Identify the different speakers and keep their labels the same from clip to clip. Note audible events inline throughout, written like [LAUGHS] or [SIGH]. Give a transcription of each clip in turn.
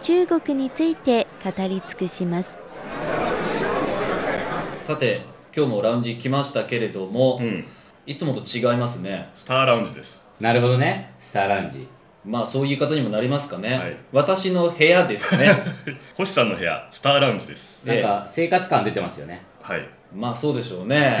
Speaker 1: 中国について語り尽くします。
Speaker 2: さて今日もラウンジ来ましたけれども、
Speaker 3: うん、
Speaker 2: いつもと違いますね
Speaker 3: スターラウンジです。
Speaker 4: なるほどね。スターラウンジ。
Speaker 2: まあそういう言い方にもなりますかね、
Speaker 3: はい
Speaker 2: 私の部屋です
Speaker 3: [LAUGHS]
Speaker 2: ね
Speaker 3: 星さんの部屋、スターラウンジです。
Speaker 4: なんか生活感出てますよね。
Speaker 3: はい。
Speaker 2: まあそうでしょうね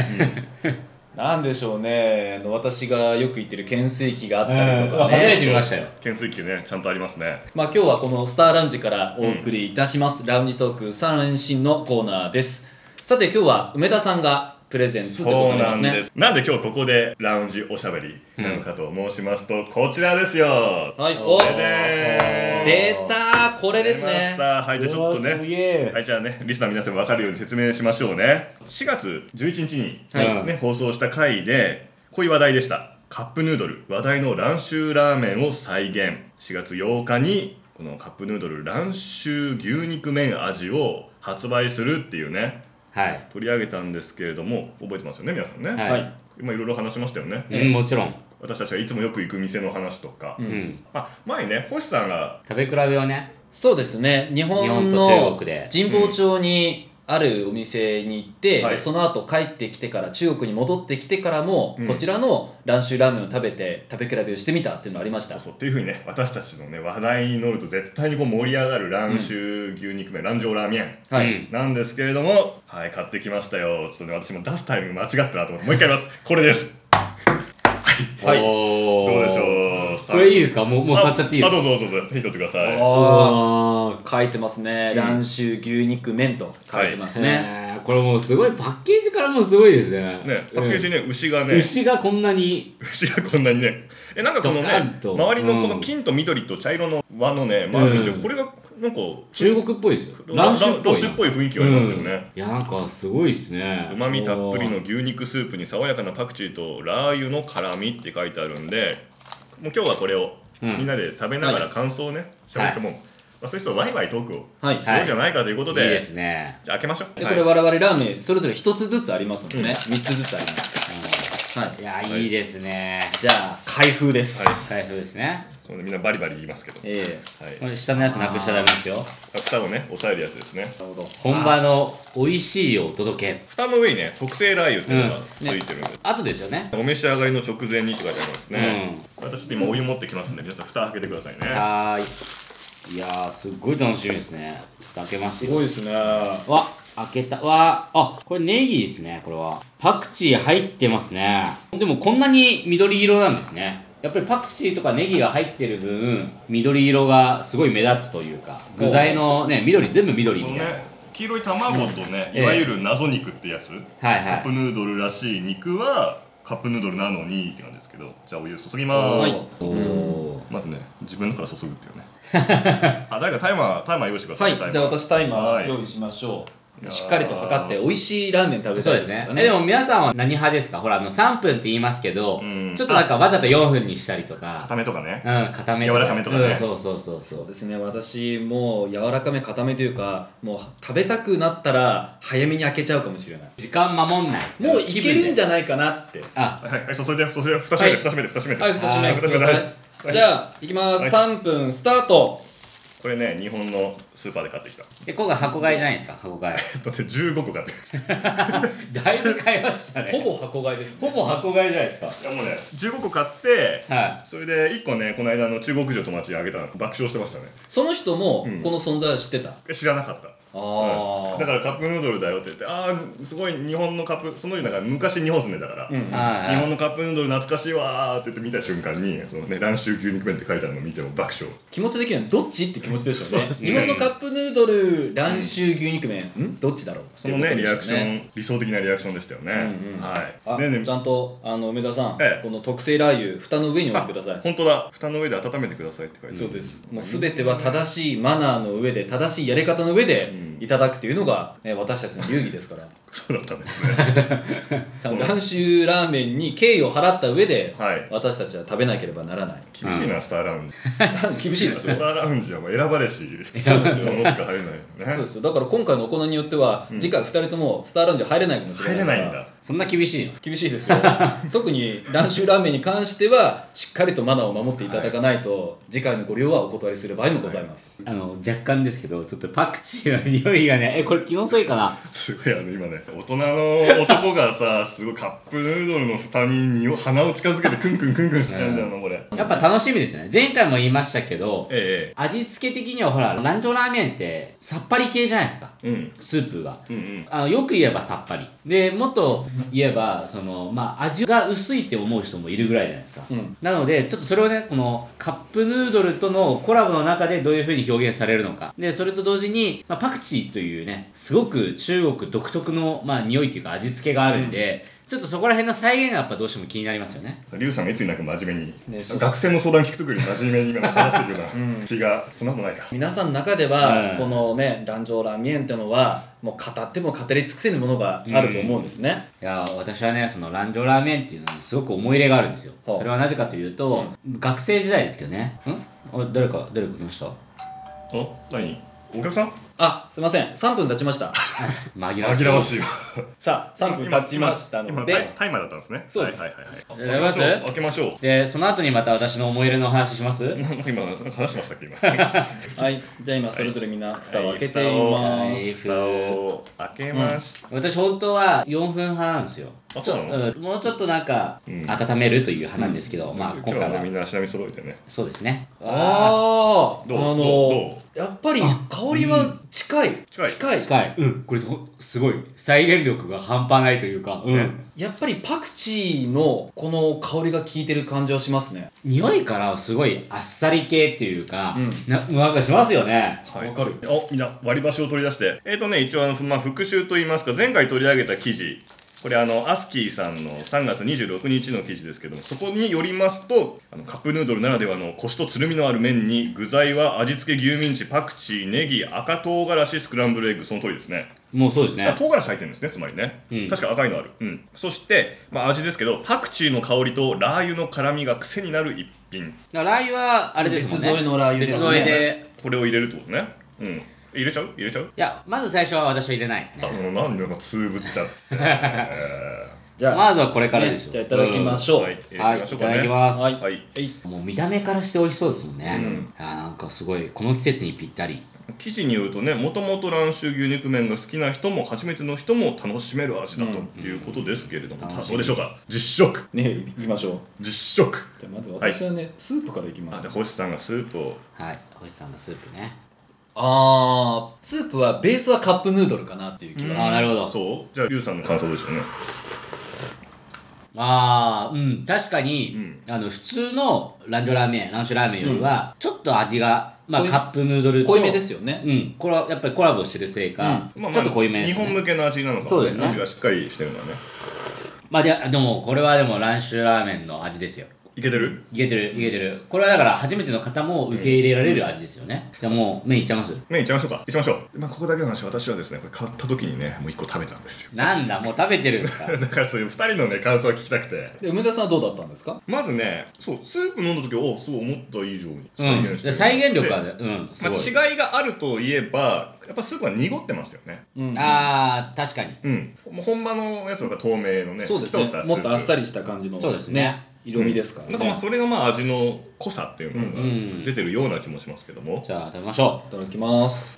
Speaker 2: なんでしょうねあの私がよく行ってる懸垂器があったりと
Speaker 4: まあ
Speaker 2: か
Speaker 4: 初
Speaker 2: ね、
Speaker 4: めて見ましたよ。
Speaker 3: 懸垂球ね、ちゃんとありますね。
Speaker 2: まあ、今日はこのスターラウンジからお送りいたします、ラウンジトーク三連新のコーナーですさて今日は梅田さんがプレゼントってこと
Speaker 3: そ
Speaker 2: に
Speaker 3: う
Speaker 2: なり
Speaker 3: な
Speaker 2: ます
Speaker 3: ん
Speaker 2: ね
Speaker 3: です。なんで今日ここでラウンジおしゃべりなのかと申しますと、こちらですよ。
Speaker 2: はいお
Speaker 3: これで
Speaker 2: 出たーこれ
Speaker 3: ーす。
Speaker 2: です
Speaker 3: 出まし
Speaker 2: ね
Speaker 3: た。はい、じゃあちょっとね。 [LAUGHS] はい、じゃあね、リスナー皆さん分かるように説明しましょうね。4月11日に、
Speaker 4: はい
Speaker 3: ね、放送した回で、こういう話題でした。カップヌードル、話題の蘭州ラーメンを再現。4月8日に、このカップヌードル蘭州牛肉麺味を発売するっていうね、
Speaker 4: はい。
Speaker 3: 取り上げたんですけれども、覚えてますよね、皆さんね。
Speaker 4: はい。
Speaker 2: はい
Speaker 3: 今いろいろ話しましたよね。
Speaker 4: うん、もちろん。
Speaker 3: 私たちがいつもよく行く店の話とか。
Speaker 2: ん
Speaker 4: うん。
Speaker 3: あ、前ね、星さんが、
Speaker 4: 食べ比べをね。
Speaker 2: そうですね日
Speaker 4: 日
Speaker 2: 本
Speaker 4: 本と
Speaker 2: の
Speaker 4: 中国で
Speaker 2: 神保町にあるお店に行って、
Speaker 3: はい
Speaker 2: でその後帰ってきてから中国に戻ってきてからも、
Speaker 3: うん
Speaker 2: こちらの蘭州ラーメンを食べて食べ比べをしてみたっていうのがありました
Speaker 3: そうっていうふうにね私たちのね話題に乗ると絶対にこう盛り上がる蘭州牛肉麺、蘭州ラーメン
Speaker 2: はい、
Speaker 4: うん
Speaker 3: なんですけれどもはい買ってきましたよちょっとね私も出すタイミング間違ったなと思ってもう一回やりますこれです
Speaker 2: はい
Speaker 4: おー
Speaker 3: どうでしょうさあ
Speaker 4: これいいですかもうもう触っちゃっていいで
Speaker 3: あ
Speaker 4: す
Speaker 3: ど
Speaker 4: か
Speaker 3: うぞどうぞ手に取ってください
Speaker 2: ああ書いてますね、
Speaker 3: ん
Speaker 2: 蘭州牛肉麺と書いてますね、
Speaker 4: ね。これもうすごい、パッケージからもうすごいですね。
Speaker 3: ねパッケージね、牛が
Speaker 4: うん
Speaker 3: ね
Speaker 4: 牛がこんなに。
Speaker 3: 牛がこんなにねえなんかこの
Speaker 4: ドカ
Speaker 3: ね
Speaker 4: ンと
Speaker 3: 周りのこ
Speaker 4: う
Speaker 3: の
Speaker 4: ん
Speaker 3: 金と緑と茶色の輪のねマークして
Speaker 4: う
Speaker 3: る
Speaker 4: ん
Speaker 3: これがなんか
Speaker 4: 中国っぽいですよ。
Speaker 3: 蘭
Speaker 4: 乱
Speaker 3: 州
Speaker 4: 州
Speaker 3: っ
Speaker 4: っぽいな。
Speaker 3: ぽい雰囲気がありますよね、
Speaker 4: うんいや、なんかすごいですね。
Speaker 3: うまみたっぷりの牛肉スープに爽やかなパクチーとラー油の辛みって書いてあるんでもう今日はこれを
Speaker 4: うん
Speaker 3: みんなで食べながら感想をねしゃべっても、まあ、そういう人ワイワイトークを
Speaker 2: はい
Speaker 3: しようじゃないかということ
Speaker 4: お
Speaker 3: で,、
Speaker 4: ー。いいですね。
Speaker 3: じゃあ開けましょう
Speaker 2: でこれ
Speaker 3: はい
Speaker 2: 我々ラーメンそれぞれ一つずつありますのでね、三つずつあります、はい
Speaker 4: いや、いいですね。
Speaker 2: じゃあ開封です、
Speaker 3: はい
Speaker 4: 開封ですね。
Speaker 3: そうねみんなバリバリ言いますけど、はい、
Speaker 2: え
Speaker 4: これ下のやつなくしちゃダメですよ。
Speaker 3: 蓋をね押さえるやつですね
Speaker 2: えなるほど
Speaker 4: 本場の美味しいをお届け。
Speaker 3: 蓋の上にね特製ラー油っていうのが
Speaker 4: うん
Speaker 3: ついてるんで、
Speaker 4: あとですよね。
Speaker 3: お召し上がりの直前にって書いてありますね、私ちょっと今お湯持ってきますんで皆さん蓋開けてくださいね
Speaker 4: はーい。いやー、すっごい楽しみですね。ちょっと開けます
Speaker 2: す
Speaker 4: よ。
Speaker 2: ごいですねあ
Speaker 4: わ、開けた。わあ、これネギですね、これは。パクチー入ってますね。でもこんなに緑色なんですね。やっぱりパクチーとかネギが入ってる分、緑色がすごい目立つというか、具材のね、緑、全部緑
Speaker 3: この
Speaker 4: みたい
Speaker 3: ね黄色い卵とね、
Speaker 4: うん
Speaker 3: いわゆる謎肉ってやつ、
Speaker 4: な。はい
Speaker 3: カップ
Speaker 4: は
Speaker 3: ヌードルらしい肉はカップヌードルなのにって感じですけどじゃあお湯注ぎま
Speaker 2: は
Speaker 3: ー
Speaker 2: い
Speaker 3: す、
Speaker 4: い。おー。
Speaker 3: まずね自分のから注ぐっていうねあ誰かタイマータイマー用意してくださ、
Speaker 2: はいい
Speaker 3: タイマー
Speaker 2: じゃあ私タイマ
Speaker 3: はい
Speaker 2: ー用意しましょう、
Speaker 3: いやー
Speaker 2: しっかりと測って美味しいラーメン食べ
Speaker 4: そ
Speaker 2: た
Speaker 4: う
Speaker 2: い
Speaker 4: で
Speaker 2: ですすか
Speaker 4: ね
Speaker 2: ら
Speaker 4: えでも皆さんは何派ですかほらあの3分って言いますけど、
Speaker 3: うん
Speaker 4: ちょっとなんかわざと4分にしたりとか
Speaker 3: 固めとかね
Speaker 4: うん固め
Speaker 3: 柔らかめとかね
Speaker 4: うん、そうそうそうそ
Speaker 2: そう
Speaker 4: う
Speaker 2: ですね私もう柔らかめ固めというかもう食べたくなったら早めに開けちゃうかもしれない
Speaker 4: 時間守んない
Speaker 2: もういけるんじ
Speaker 4: ゃ
Speaker 2: ゃないかなっては
Speaker 4: あ
Speaker 3: はいはい注いで注いで蓋閉めて蓋閉めて蓋閉めて、
Speaker 2: い蓋閉めてくだ
Speaker 3: はい
Speaker 2: さいじゃあいきます、
Speaker 3: はい
Speaker 2: 3分スタート
Speaker 3: これね日本のスーパーで買ってきた
Speaker 4: で今回箱買いじゃないですか箱買い
Speaker 3: だって15個買ってきたい
Speaker 4: だいぶ買いましたね
Speaker 2: ほぼ箱買いです、
Speaker 4: ほぼ箱買いじゃないですか
Speaker 3: やもうね15個買って
Speaker 4: は
Speaker 3: それで1個ねこの間の中国人の友達にあげたの爆笑してましたね
Speaker 2: その人も
Speaker 3: うん
Speaker 2: この存在は知ってた、あ
Speaker 3: 知らなかった
Speaker 2: あ
Speaker 3: うんだからカップヌードルだよって言ってああすごい日本のカップその人なんか昔日本住んでたから、
Speaker 2: うん
Speaker 4: いは
Speaker 3: 日
Speaker 4: いは
Speaker 3: 本
Speaker 4: い
Speaker 3: のカップヌードル懐かしいわーって言って見た瞬間にその、ね、蘭州牛肉麺って書いてあるの見ても爆笑
Speaker 2: 気持ち的にはどっちって気持ちでしょうね
Speaker 4: ね
Speaker 2: 日本のカップヌードル蘭州牛肉麺、ん、どっちだろう
Speaker 3: その
Speaker 2: っ
Speaker 3: ね
Speaker 2: ていう
Speaker 3: リ
Speaker 2: こ
Speaker 3: ア
Speaker 2: と
Speaker 3: ク
Speaker 2: でし
Speaker 3: シ
Speaker 2: ょう
Speaker 3: ョン理想的なリアクションでしたよね、
Speaker 2: うんうん
Speaker 3: は
Speaker 2: あ、
Speaker 3: いねね
Speaker 2: ちゃんとあの梅田さん、
Speaker 3: ええ
Speaker 2: この特製ラー油蓋の上に置いてください
Speaker 3: 本当だ蓋の上で温めてくださいって書いてある
Speaker 2: そうですもう全ては正しいマナーの上で正しいやり方の上でいただくというのが、ね、私たちの流儀ですから
Speaker 3: そうだったんですね
Speaker 2: ちゃんと蘭州ラーメンに敬意を払った上で、
Speaker 3: はい
Speaker 2: 私たちは食べなければならない [LAUGHS]
Speaker 3: 厳しいな、スターラウンジ
Speaker 2: 厳しいです
Speaker 3: ス
Speaker 2: よ
Speaker 3: ターラウンジはもう選ばれし選ばれしものしか入れない
Speaker 2: そう
Speaker 3: よ
Speaker 2: で
Speaker 3: ね
Speaker 2: すよだから今回の行いによっては、次回2人ともスターラウンジ入れないかもしれない
Speaker 3: 入れないんだ
Speaker 4: そんな厳しいの
Speaker 2: 厳しい
Speaker 3: [LAUGHS]
Speaker 2: ですよ特に蘭州ラーメンに関してはしっかりとマナーを守っていただかないと、次回のご利用はお断りする場合もございます、
Speaker 4: あの若干ですけどちょっとパクチーの匂いがねえこれ気のせいかな
Speaker 3: すごいあの今ね大人の男がさすごいカップヌードルの蓋ににお鼻を近づけてクンクンクンクンしてたんだよなこれ
Speaker 4: やっぱ楽しみですね前回も言いましたけど
Speaker 3: え
Speaker 4: 味付け的にはほら蘭州ラーメンってさっぱり系じゃないですか
Speaker 3: えええうん
Speaker 4: スープが
Speaker 3: うんうん
Speaker 4: あのよく言えばさっぱりでもっと言えばその、まあ、味が薄いって思う人もいるぐらいじゃないですか、
Speaker 2: うん
Speaker 4: なのでちょっとそれをねこのカップヌードルとのコラボの中でどういうふうに表現されるのかでそれと同時に、まあ、パクチーというねすごく中国独特の、まあ、匂いというか味付けがあるんで、ちょっとそこら辺の再現がやっぱどうしても気になりますよね
Speaker 3: リュウさんがいつになく真面目に、
Speaker 2: ねそう
Speaker 3: 学生の相談聞くときに真面目に今話してるような気が、そんなことないか
Speaker 2: 皆さんの中では、
Speaker 4: うん
Speaker 2: このね蘭州ラーメンっていうのはもう語っても語り尽くせぬものがあると思うんですね、
Speaker 4: いやー私はねその蘭州ラーメンっていうのにすごく思い入れがあるんですよ
Speaker 2: ほう
Speaker 4: それはなぜかというと、学生時代ですけどねんあ誰か誰か来ました
Speaker 3: お何お客さん
Speaker 2: あすいません3分経ちました
Speaker 4: 紛らわしい
Speaker 3: 紛らわしいわ
Speaker 2: [LAUGHS] さあ3分経ちましたの
Speaker 3: 今
Speaker 2: で
Speaker 3: タイマーだったんですね
Speaker 2: そうです
Speaker 3: はいはいはい
Speaker 4: じゃあやります
Speaker 3: 開けましょう開
Speaker 4: でその後にまた私の思い入れのお話します
Speaker 3: けましょう今なんか話しましたっけ今
Speaker 2: はいじゃあ今それぞれみんな [LAUGHS] 蓋を開けてい
Speaker 4: は
Speaker 2: ま
Speaker 4: い
Speaker 2: す、
Speaker 3: 蓋を開けました、
Speaker 4: 私本当は4分派なんですよ
Speaker 3: あ
Speaker 4: ちょ
Speaker 3: そうなの
Speaker 4: うんもうちょっとなんか
Speaker 3: うん
Speaker 4: 温めるという派なんですけど、まあ
Speaker 3: 今
Speaker 4: 今
Speaker 3: 日は
Speaker 4: 回
Speaker 3: もうみん
Speaker 4: は
Speaker 3: な足並み揃えてね
Speaker 4: そうですね
Speaker 2: ああ
Speaker 3: どう
Speaker 2: あ
Speaker 3: ど
Speaker 2: のやっぱり香りは近い、
Speaker 3: 近い
Speaker 2: 近い
Speaker 4: 近いうんこれほすごい再現力が半端ないというか、うん
Speaker 3: ね
Speaker 2: やっぱりパクチーのこの香りが効いてる感じはしますね
Speaker 4: 匂いからすごいあっさり系っていうか、
Speaker 2: う
Speaker 4: ななんかしますよね
Speaker 3: はい
Speaker 2: わかる
Speaker 3: おみんな割り箸を取り出してえっ、ー、とね一応あの、まあ、復習といいますか前回取り上げた記事これあのアスキーさんの3月26日の記事ですけどもそこによりますとあのカップヌードルならではのコシとつるみのある麺に具材は味付け牛ミンチパクチーネギ赤唐辛子スクランブルエッグその通りですね
Speaker 4: もうそうです
Speaker 3: あ
Speaker 4: ね
Speaker 3: 唐辛子入ってるんですねつまりね、
Speaker 4: うん
Speaker 3: 確か赤いのある、うん、そして、まあ、味ですけどパクチーの香りとラー油の辛みが癖になる一品
Speaker 4: だからラー油はあれですもんね
Speaker 2: 別添えのラー油です
Speaker 4: 別
Speaker 2: ね
Speaker 4: 添えで
Speaker 3: これを入れるってことねうん入れちゃう入れちゃう
Speaker 4: いやまず最初は私は入れないです
Speaker 3: あ
Speaker 4: ね
Speaker 3: もうなんでなんかつぶっちゃって
Speaker 2: じゃあ、
Speaker 4: まずはこれからでし
Speaker 2: ね
Speaker 4: ょ、
Speaker 2: じゃあいただきましょう、
Speaker 3: はい、
Speaker 4: う
Speaker 3: 入れ
Speaker 4: んは
Speaker 3: ち
Speaker 4: い
Speaker 3: ゃい
Speaker 4: い
Speaker 3: ましたょうかね。
Speaker 4: だきます、
Speaker 2: はい
Speaker 3: はい。
Speaker 4: もう見た目からして美味しそうですもんね、
Speaker 3: うん
Speaker 4: あーなんかすごいこの季節にぴったり
Speaker 3: 記事によるとね、もともと蘭州牛肉麺が好きな人も初めての人も楽しめる味だということですけれども、
Speaker 4: うん
Speaker 3: さあどうでしょうか。実食、
Speaker 2: ねいきましょう
Speaker 3: 実食。
Speaker 2: じゃあまず私はね、スープからいきま
Speaker 3: あ、
Speaker 2: す
Speaker 3: で星さんがスープを。
Speaker 4: はい星さんのスープね
Speaker 2: あースープはベースはカップヌードルかなっていう気
Speaker 4: ん
Speaker 2: は、
Speaker 4: あーなるほど
Speaker 3: そう。じゃあリュウさんの感想ですよね。
Speaker 4: ああうん確かに、
Speaker 3: う
Speaker 4: あの普通のランドラーメンランチュラーメンよりはちょっと味が、まあ、
Speaker 2: 濃い
Speaker 4: カップヌードルと
Speaker 2: 濃いめですよね、
Speaker 4: うんこれはやっぱりコラボしてるせいか、
Speaker 3: まあまあ
Speaker 4: ちょっと濃いめで
Speaker 3: 日
Speaker 4: す、ね
Speaker 3: 本向けの味なのかも、
Speaker 4: そうですね
Speaker 3: 味がしっかりしてるのはね。
Speaker 4: まあででもこれはでもランシュラーメンの味ですよ
Speaker 3: いけてる？
Speaker 4: いけてるいけてるこれはだから初めての方も受け入れられる味ですよね、じゃあもう麺いっちゃいます
Speaker 3: 麺いっちゃいましょうか。いっちゃいましょう。まあここだけの話、私はですね、これ買った時にね、もう一個食べたんです [LAUGHS] よ。
Speaker 4: なんだもう食べてるんですか
Speaker 3: だからそういう二人のね感想を聞きたくて。
Speaker 2: で梅田さんはどうだったんですか
Speaker 3: まずね、そうスープ飲んだ時、お、そう思った以上に
Speaker 4: う
Speaker 3: 再現してる
Speaker 4: ん、再現力はねうんす
Speaker 3: ま
Speaker 4: ごい、
Speaker 3: あ、違いがあるといえばやっぱスープは濁ってますよね
Speaker 2: うん
Speaker 4: ああ確かに
Speaker 3: うんもう本場のやつの方が透明のね
Speaker 2: そうですね
Speaker 3: 透き通たスープ
Speaker 2: もっとあっさりした感じの
Speaker 4: そうですね
Speaker 2: 色味ですからね、
Speaker 3: だからまあそれがまあ味の濃さっていうの
Speaker 4: うんう
Speaker 3: が
Speaker 4: ん
Speaker 3: 出てるような気もしますけども、
Speaker 4: じゃあ食べましょ
Speaker 2: いただきます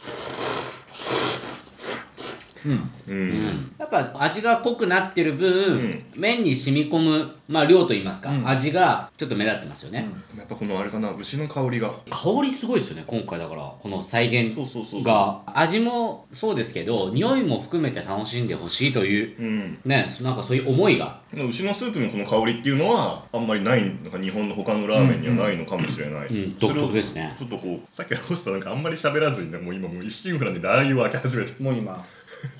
Speaker 2: うん
Speaker 3: うん
Speaker 4: う、うん、やっぱ味が濃くなってる分、
Speaker 3: ん
Speaker 4: 麺に染み込む、まあ、量といいますか、
Speaker 2: うん
Speaker 4: 味がちょっと目立ってますよね、
Speaker 3: でもやっぱこのあれかな牛の香りが
Speaker 4: 香りすごいですよね今回だからこの再現
Speaker 3: そうそうそうそう
Speaker 4: が味もそうですけど匂いも含めて楽しんでほしいという
Speaker 3: うん
Speaker 4: ねそなんかそういう思いが
Speaker 3: 牛のスープのこの香りっていうのはあんまりないなんか日本の他のラーメンにはないのかもしれない、
Speaker 4: うんうん
Speaker 3: それを
Speaker 4: 独特ですね
Speaker 3: ちょっとこうさっきのホストなんかあんまり喋らずにねもう今もう一心不乱でラー油を開け始めて
Speaker 2: もう今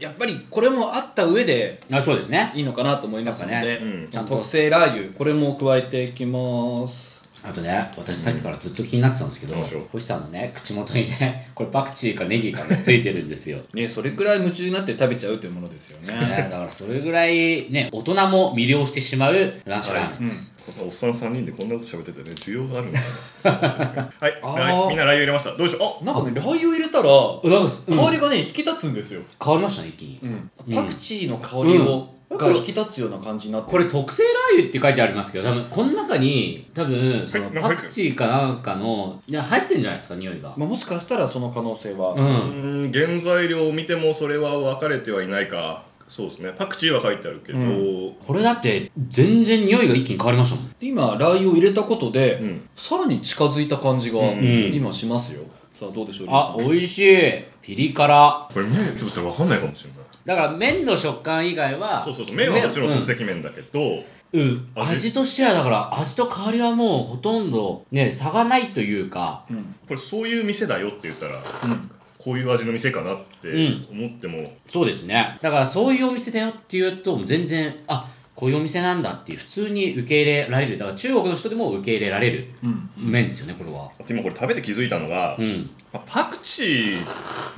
Speaker 2: やっぱりこれもあった上で
Speaker 4: あそうですね
Speaker 2: いいのかなと思いますので、
Speaker 4: やっぱね
Speaker 3: うん
Speaker 2: ちゃんと特製ラー油これも加えていきます
Speaker 4: あとね、私さっきからずっと気になってたんですけど、
Speaker 3: どうでしょう
Speaker 4: 星さんのね、口元にね、これパクチーかネギかねついてるんですよ。
Speaker 2: ねそれくらい夢中になって食べちゃうというものですよ
Speaker 4: ね
Speaker 2: ね
Speaker 4: [LAUGHS] だからそれぐらいね、大人も魅了してしまうランチュラーメンです。
Speaker 3: おっさん3人でこんなこと喋っててね需要があるんだねはいはいみんなラー油入れましたどうでしょうあ
Speaker 2: なんかねラー油入れたら
Speaker 4: なんかす、うん
Speaker 2: 香りがね引き立つんですよ、
Speaker 4: 変わりましたね、一気に。
Speaker 2: パクチーの香りを、
Speaker 4: うん
Speaker 2: が引き立つような感じになって
Speaker 4: これ特製ラー油って書いてありますけど、多分この中に、多分その
Speaker 3: はい
Speaker 4: パクチーかなんかの、いや入ってるんじゃないですか、匂いが。
Speaker 2: まあ、もしかしたらその可能性
Speaker 4: う。
Speaker 2: は、
Speaker 3: うんん原材料を見てもそれは分かれてはいないかそうですねパクチーは書いてあるけど、
Speaker 2: う
Speaker 4: これだって、全然匂いが一気に変わりましたもん。
Speaker 2: 今ラー油を入れたことで、
Speaker 3: うん
Speaker 2: さらに近づいた感じが
Speaker 3: うん
Speaker 2: 今しますよ、さあどうでしょう
Speaker 4: あ、
Speaker 2: リ
Speaker 4: 美味しい。ピリ辛。
Speaker 3: これ目で潰したら分かんないかもしれない
Speaker 4: だから麺の食感以外は、
Speaker 3: そうそうそう麺はもちろん即席麺だけど、
Speaker 4: うん、
Speaker 3: 味
Speaker 4: 味としてはだから味と香りはもうほとんどね差がないというか
Speaker 2: さん、うん
Speaker 3: これそういう店だよって言ったら
Speaker 2: うん、
Speaker 3: こういう味の店かなって
Speaker 4: うん
Speaker 3: 思っても、
Speaker 4: そうですねだからそういうお店だよっていうと全然あこういうお店なんだっていう普通に受け入れられるだから中国の人でも受け入れられる
Speaker 2: うん
Speaker 4: 麺ですよねこれは
Speaker 3: あと今これ食べて気づいたのが、
Speaker 4: うん
Speaker 3: まあパクチ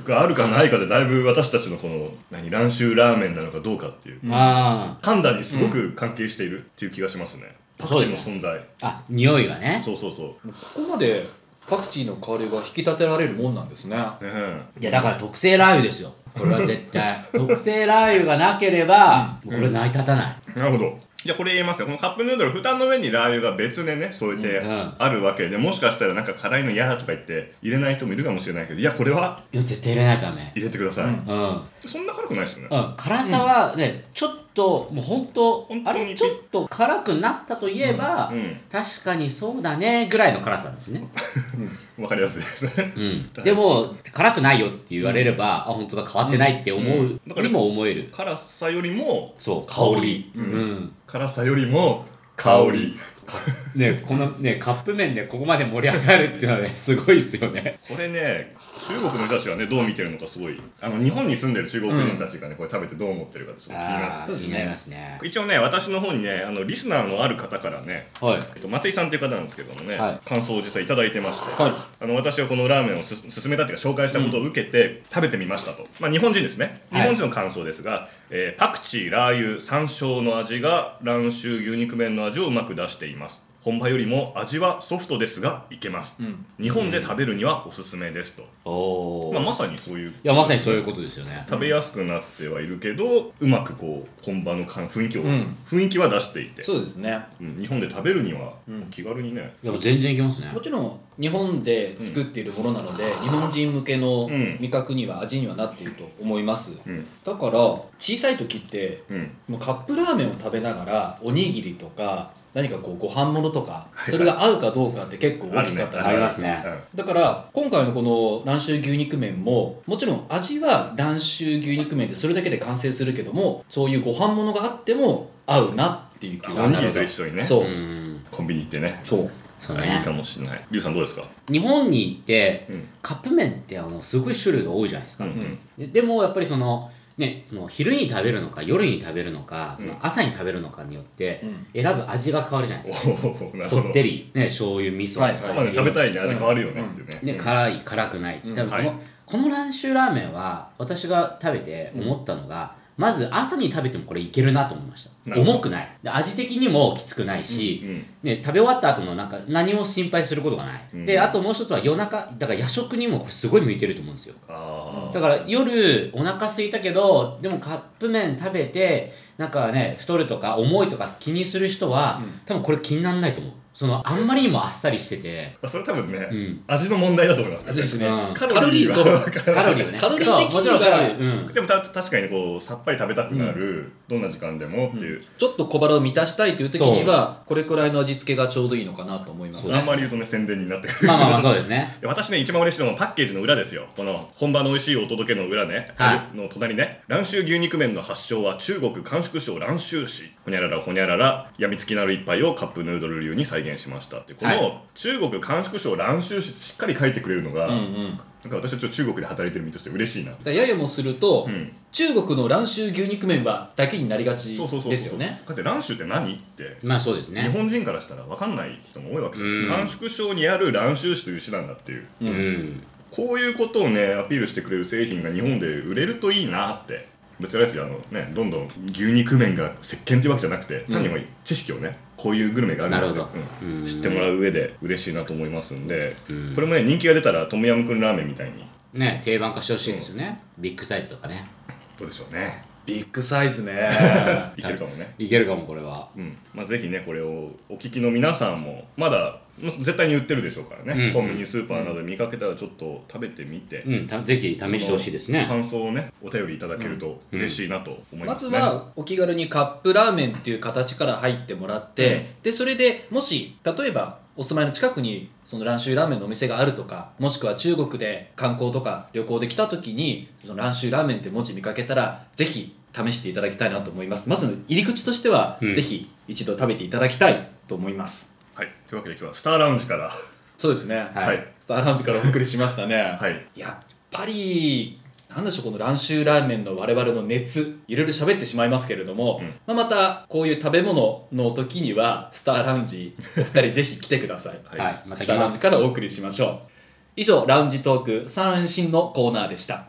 Speaker 3: ーがあるかないかでだいぶ私たちのこの何蘭州ラーメンなのかどうかっていう
Speaker 4: あ
Speaker 3: 判断にすごく関係しているっていう気がしますね、パクチーの存在
Speaker 4: ーあ匂いがね
Speaker 3: そうそうそう
Speaker 2: ここまでパクチーの香りが引き立てられるもんなんですね
Speaker 3: ね
Speaker 4: いやだから特製ラー油ですよこれは絶
Speaker 3: [LAUGHS]
Speaker 4: 対特製ラー油がなければもうこれ成り立たない
Speaker 3: えなるほどじゃあこれ言えますねこのカップヌードル蓋の上にラー油が別でね添えて
Speaker 4: うん
Speaker 3: あるわけでもしかしたらなんか辛いの嫌とか言って入れない人もいるかもしれないけどいやこれはい
Speaker 4: や絶対入れないとダメ
Speaker 3: 入れてください、
Speaker 2: うん
Speaker 4: うん
Speaker 3: そんな辛くないですよね、
Speaker 4: うん、辛さはね、ちょっともう本当
Speaker 3: 本当
Speaker 4: あ
Speaker 3: に
Speaker 4: れちょっと辛くなったといえば、
Speaker 3: うん
Speaker 4: 確かにそうだねぐらいの辛さですね、
Speaker 3: わかりやすいですね
Speaker 4: うん、でも辛くないよって言われれば、あ本当だ変わってないって思う、
Speaker 3: うんだから
Speaker 4: にも思える
Speaker 3: 辛さよりも
Speaker 4: そう香り、
Speaker 3: う
Speaker 4: うんん
Speaker 3: 辛さよりも香
Speaker 4: 香
Speaker 3: り
Speaker 4: りねこのねカップ麺でここまで盛り上がるっていうのはね [LAUGHS] すごいですよね
Speaker 3: これね中国の人たちがねどう見てるのかすごいあの日本に住んでる中国人たちがね、これ食べてどう思ってるかってすごい気にな
Speaker 4: あ
Speaker 3: っ
Speaker 4: あ
Speaker 2: そう
Speaker 4: ー
Speaker 2: ですね
Speaker 4: 気になりますね
Speaker 3: て一応ね私の方にねあのリスナーのある方からね
Speaker 4: はい
Speaker 3: えっと松井さんという方なんですけどもね、
Speaker 4: はい
Speaker 3: 感想を実際いただいてまして、
Speaker 2: はい
Speaker 3: あの私はこのラーメンをす勧めたというか紹介したことを受けて食べてみましたと、まあ、日本人ですね日
Speaker 4: はい
Speaker 3: 本人の感想ですが、えーパクチーラー油山椒の味が蘭州牛肉麺の味をうまく出しています本場よりも味はソフトですがいけます、
Speaker 2: うん
Speaker 3: 日本で食べるにはおすすめですと、
Speaker 4: おお、
Speaker 3: まあ、
Speaker 4: い
Speaker 3: まさにそういう
Speaker 4: やまさにそういうことですよね
Speaker 3: 食べやすくなってはいるけどうまくこう本場の感雰囲気を、
Speaker 2: うん
Speaker 3: 雰囲気は出していて
Speaker 2: そうですね
Speaker 3: うん日本で食べるには
Speaker 2: うん
Speaker 3: 気軽にね、
Speaker 4: いや全然いけますね
Speaker 2: もちろん日本で作っているものなので、日本人向けの
Speaker 3: うん
Speaker 2: 味覚には味にはなっていると思います、
Speaker 3: うん
Speaker 2: だから小さい時って
Speaker 3: うん、
Speaker 2: もうカップラーメンを食べながらおにぎりとか何かこうご飯物とかそれが合うかどうかって結構大きかったり
Speaker 4: ありますね
Speaker 2: だから今回のこの蘭州牛肉麺ももちろん味は蘭州牛肉麺でそれだけで完成するけどもそういうご飯物があっても合うなっていう気
Speaker 3: うんお
Speaker 2: が
Speaker 3: にぎりと一緒にね
Speaker 2: そう、
Speaker 4: うん
Speaker 3: コンビニ行ってね
Speaker 2: そう
Speaker 4: そう
Speaker 3: あいい
Speaker 4: ね
Speaker 3: かもしれないリュウさんどうですか
Speaker 4: 日本に行って
Speaker 3: うん
Speaker 4: カップ麺ってあのすごい種類が多いじゃないですか、
Speaker 3: うん
Speaker 4: ででもやっぱりその,、ね、その昼に食べるのか夜に食べるのか、
Speaker 3: うん
Speaker 4: その朝に食べるのかによって
Speaker 2: うん
Speaker 4: 選ぶ味が変わるじゃない
Speaker 3: お
Speaker 4: ですか、
Speaker 3: おなるほど
Speaker 4: こってり、ね、醤油味噌
Speaker 2: はい
Speaker 4: と
Speaker 2: はい
Speaker 4: か、
Speaker 3: まあね食べたいね
Speaker 2: うん
Speaker 3: 味変わるよねってね
Speaker 4: ね、辛い辛くない、
Speaker 2: うん
Speaker 4: 多分この,、
Speaker 3: はい
Speaker 4: この蘭州ラーメンは私が食べて思ったのが、まず朝に食べてもこれいけるなと思いまし
Speaker 3: な
Speaker 4: た
Speaker 3: るほど
Speaker 4: 重くないで味的にもきつくないし、
Speaker 3: うん
Speaker 4: ね、食べ終わった後のなんか何も心配することがない、
Speaker 3: うん
Speaker 4: であともう一つは夜中だから夜食にもこれすごい向いてると思うんですよ
Speaker 3: あ
Speaker 4: だから夜お腹空いたけどでもカップ麺食べてなんかね太るとか重いとか気にする人は、
Speaker 2: うん
Speaker 4: 多分これ気にならないと思うそのあんまりにもあっさりしてて
Speaker 3: あそれ多分
Speaker 2: [LAUGHS]
Speaker 3: ね
Speaker 4: うん
Speaker 3: 味の問題だと思います
Speaker 2: そうですね
Speaker 4: うん
Speaker 2: カロリーそう
Speaker 3: は
Speaker 4: カロリーをね
Speaker 2: カロリー的には
Speaker 4: そうもちろんカロリーうん
Speaker 3: でもた確かにこうさっぱり食べたくなるどんな時間でもっていう
Speaker 2: ちょっと小腹を満たしたいという時にはこれくらいの味付けがちょうどいいのかなと思います
Speaker 3: そうあんまり言うとね宣伝になってくる
Speaker 4: まあまあまあそうですね
Speaker 3: で私ね一番嬉しいのはパッケージの裏ですよこの本場の美味しいお届けの裏ね、
Speaker 4: は
Speaker 3: の隣ね蘭州牛肉麺の発祥は中国甘粛省蘭州市ほにゃららほにゃらら病みつきなる一杯をカップヌードル流に再現現しましたってこの中国甘粛省蘭州市しっかり書いてくれるのが、
Speaker 2: うんうん、だか
Speaker 3: なんか私はちょっと中国で働いてる身として嬉しいな、
Speaker 2: らややもすると、
Speaker 3: うん、
Speaker 2: 中国の蘭州牛肉麺はだけになりがち
Speaker 3: そうそうそうそう
Speaker 2: ですよね
Speaker 3: だって蘭州って何って
Speaker 4: まあそうです
Speaker 3: 日
Speaker 4: ね。
Speaker 3: 本人からしたら分かんない人も多いわけ
Speaker 4: うん
Speaker 3: です甘粛省にある蘭州市という市なんだっていう
Speaker 2: う
Speaker 4: うんん。
Speaker 3: こういうことをねアピールしてくれる製品が日本で売れるといいなって別にあれですよあのねどんどん牛肉麺が石鹸っていうわけじゃなくて
Speaker 2: うん
Speaker 3: 単にもう知識をねこういうグルメがあるんだって
Speaker 4: なるほ
Speaker 3: うん
Speaker 4: うん
Speaker 3: 知ってもらう上で嬉しいなと思いますんで
Speaker 4: うん
Speaker 3: これもね人気が出たらトムヤムクンラーメンみたいに
Speaker 4: ね、定番化してほしいんですよね。ビッグサイズとかね。
Speaker 3: どうでしょうね
Speaker 2: ビッグサイズね
Speaker 3: いけるかもね
Speaker 4: いけるかも、これは。
Speaker 3: うんまあ、ぜひねこれをお聞きの皆さんもまだもう絶対に売ってるでしょうからね、
Speaker 4: うん
Speaker 3: コンビニスーパーなどで見かけたらちょっと食べてみて、
Speaker 4: うん、たぜひ試してほしいですね。
Speaker 3: 感想をねお便りいただけると嬉しいなと思い
Speaker 2: ま
Speaker 3: ま
Speaker 2: ず
Speaker 3: すね、
Speaker 2: はお気軽にカップラーメンっていう形から入ってもらって、でそれでもし例えばお住まいの近くにその蘭州ラーメンのお店があるとかもしくは中国で観光とか旅行で来た時にその蘭州ラーメンって文字見かけたらぜひ試していただきたいなと思いますまず入り口としては、
Speaker 4: うん
Speaker 2: ぜひ一度食べていただきたいと思います
Speaker 3: はい、というわけで今日はスターラウンジから
Speaker 2: そうですね、
Speaker 4: はい
Speaker 3: はい、
Speaker 2: スターラウンジからお送りしましたね、
Speaker 3: はい
Speaker 2: やっぱりなんでしょうこの蘭州ラーメンの我々の熱いろいろ喋ってしまいますけれども、
Speaker 3: う
Speaker 2: まあ、またこういう食べ物の時にはスターラウンジお二人ぜひ来てください
Speaker 3: はい
Speaker 4: はい、また
Speaker 2: ス
Speaker 4: 来
Speaker 2: ターラウ
Speaker 4: ま
Speaker 2: ンジ
Speaker 4: す。
Speaker 2: からお送りしましょう以上ラウンジトーク三振のコーナーでした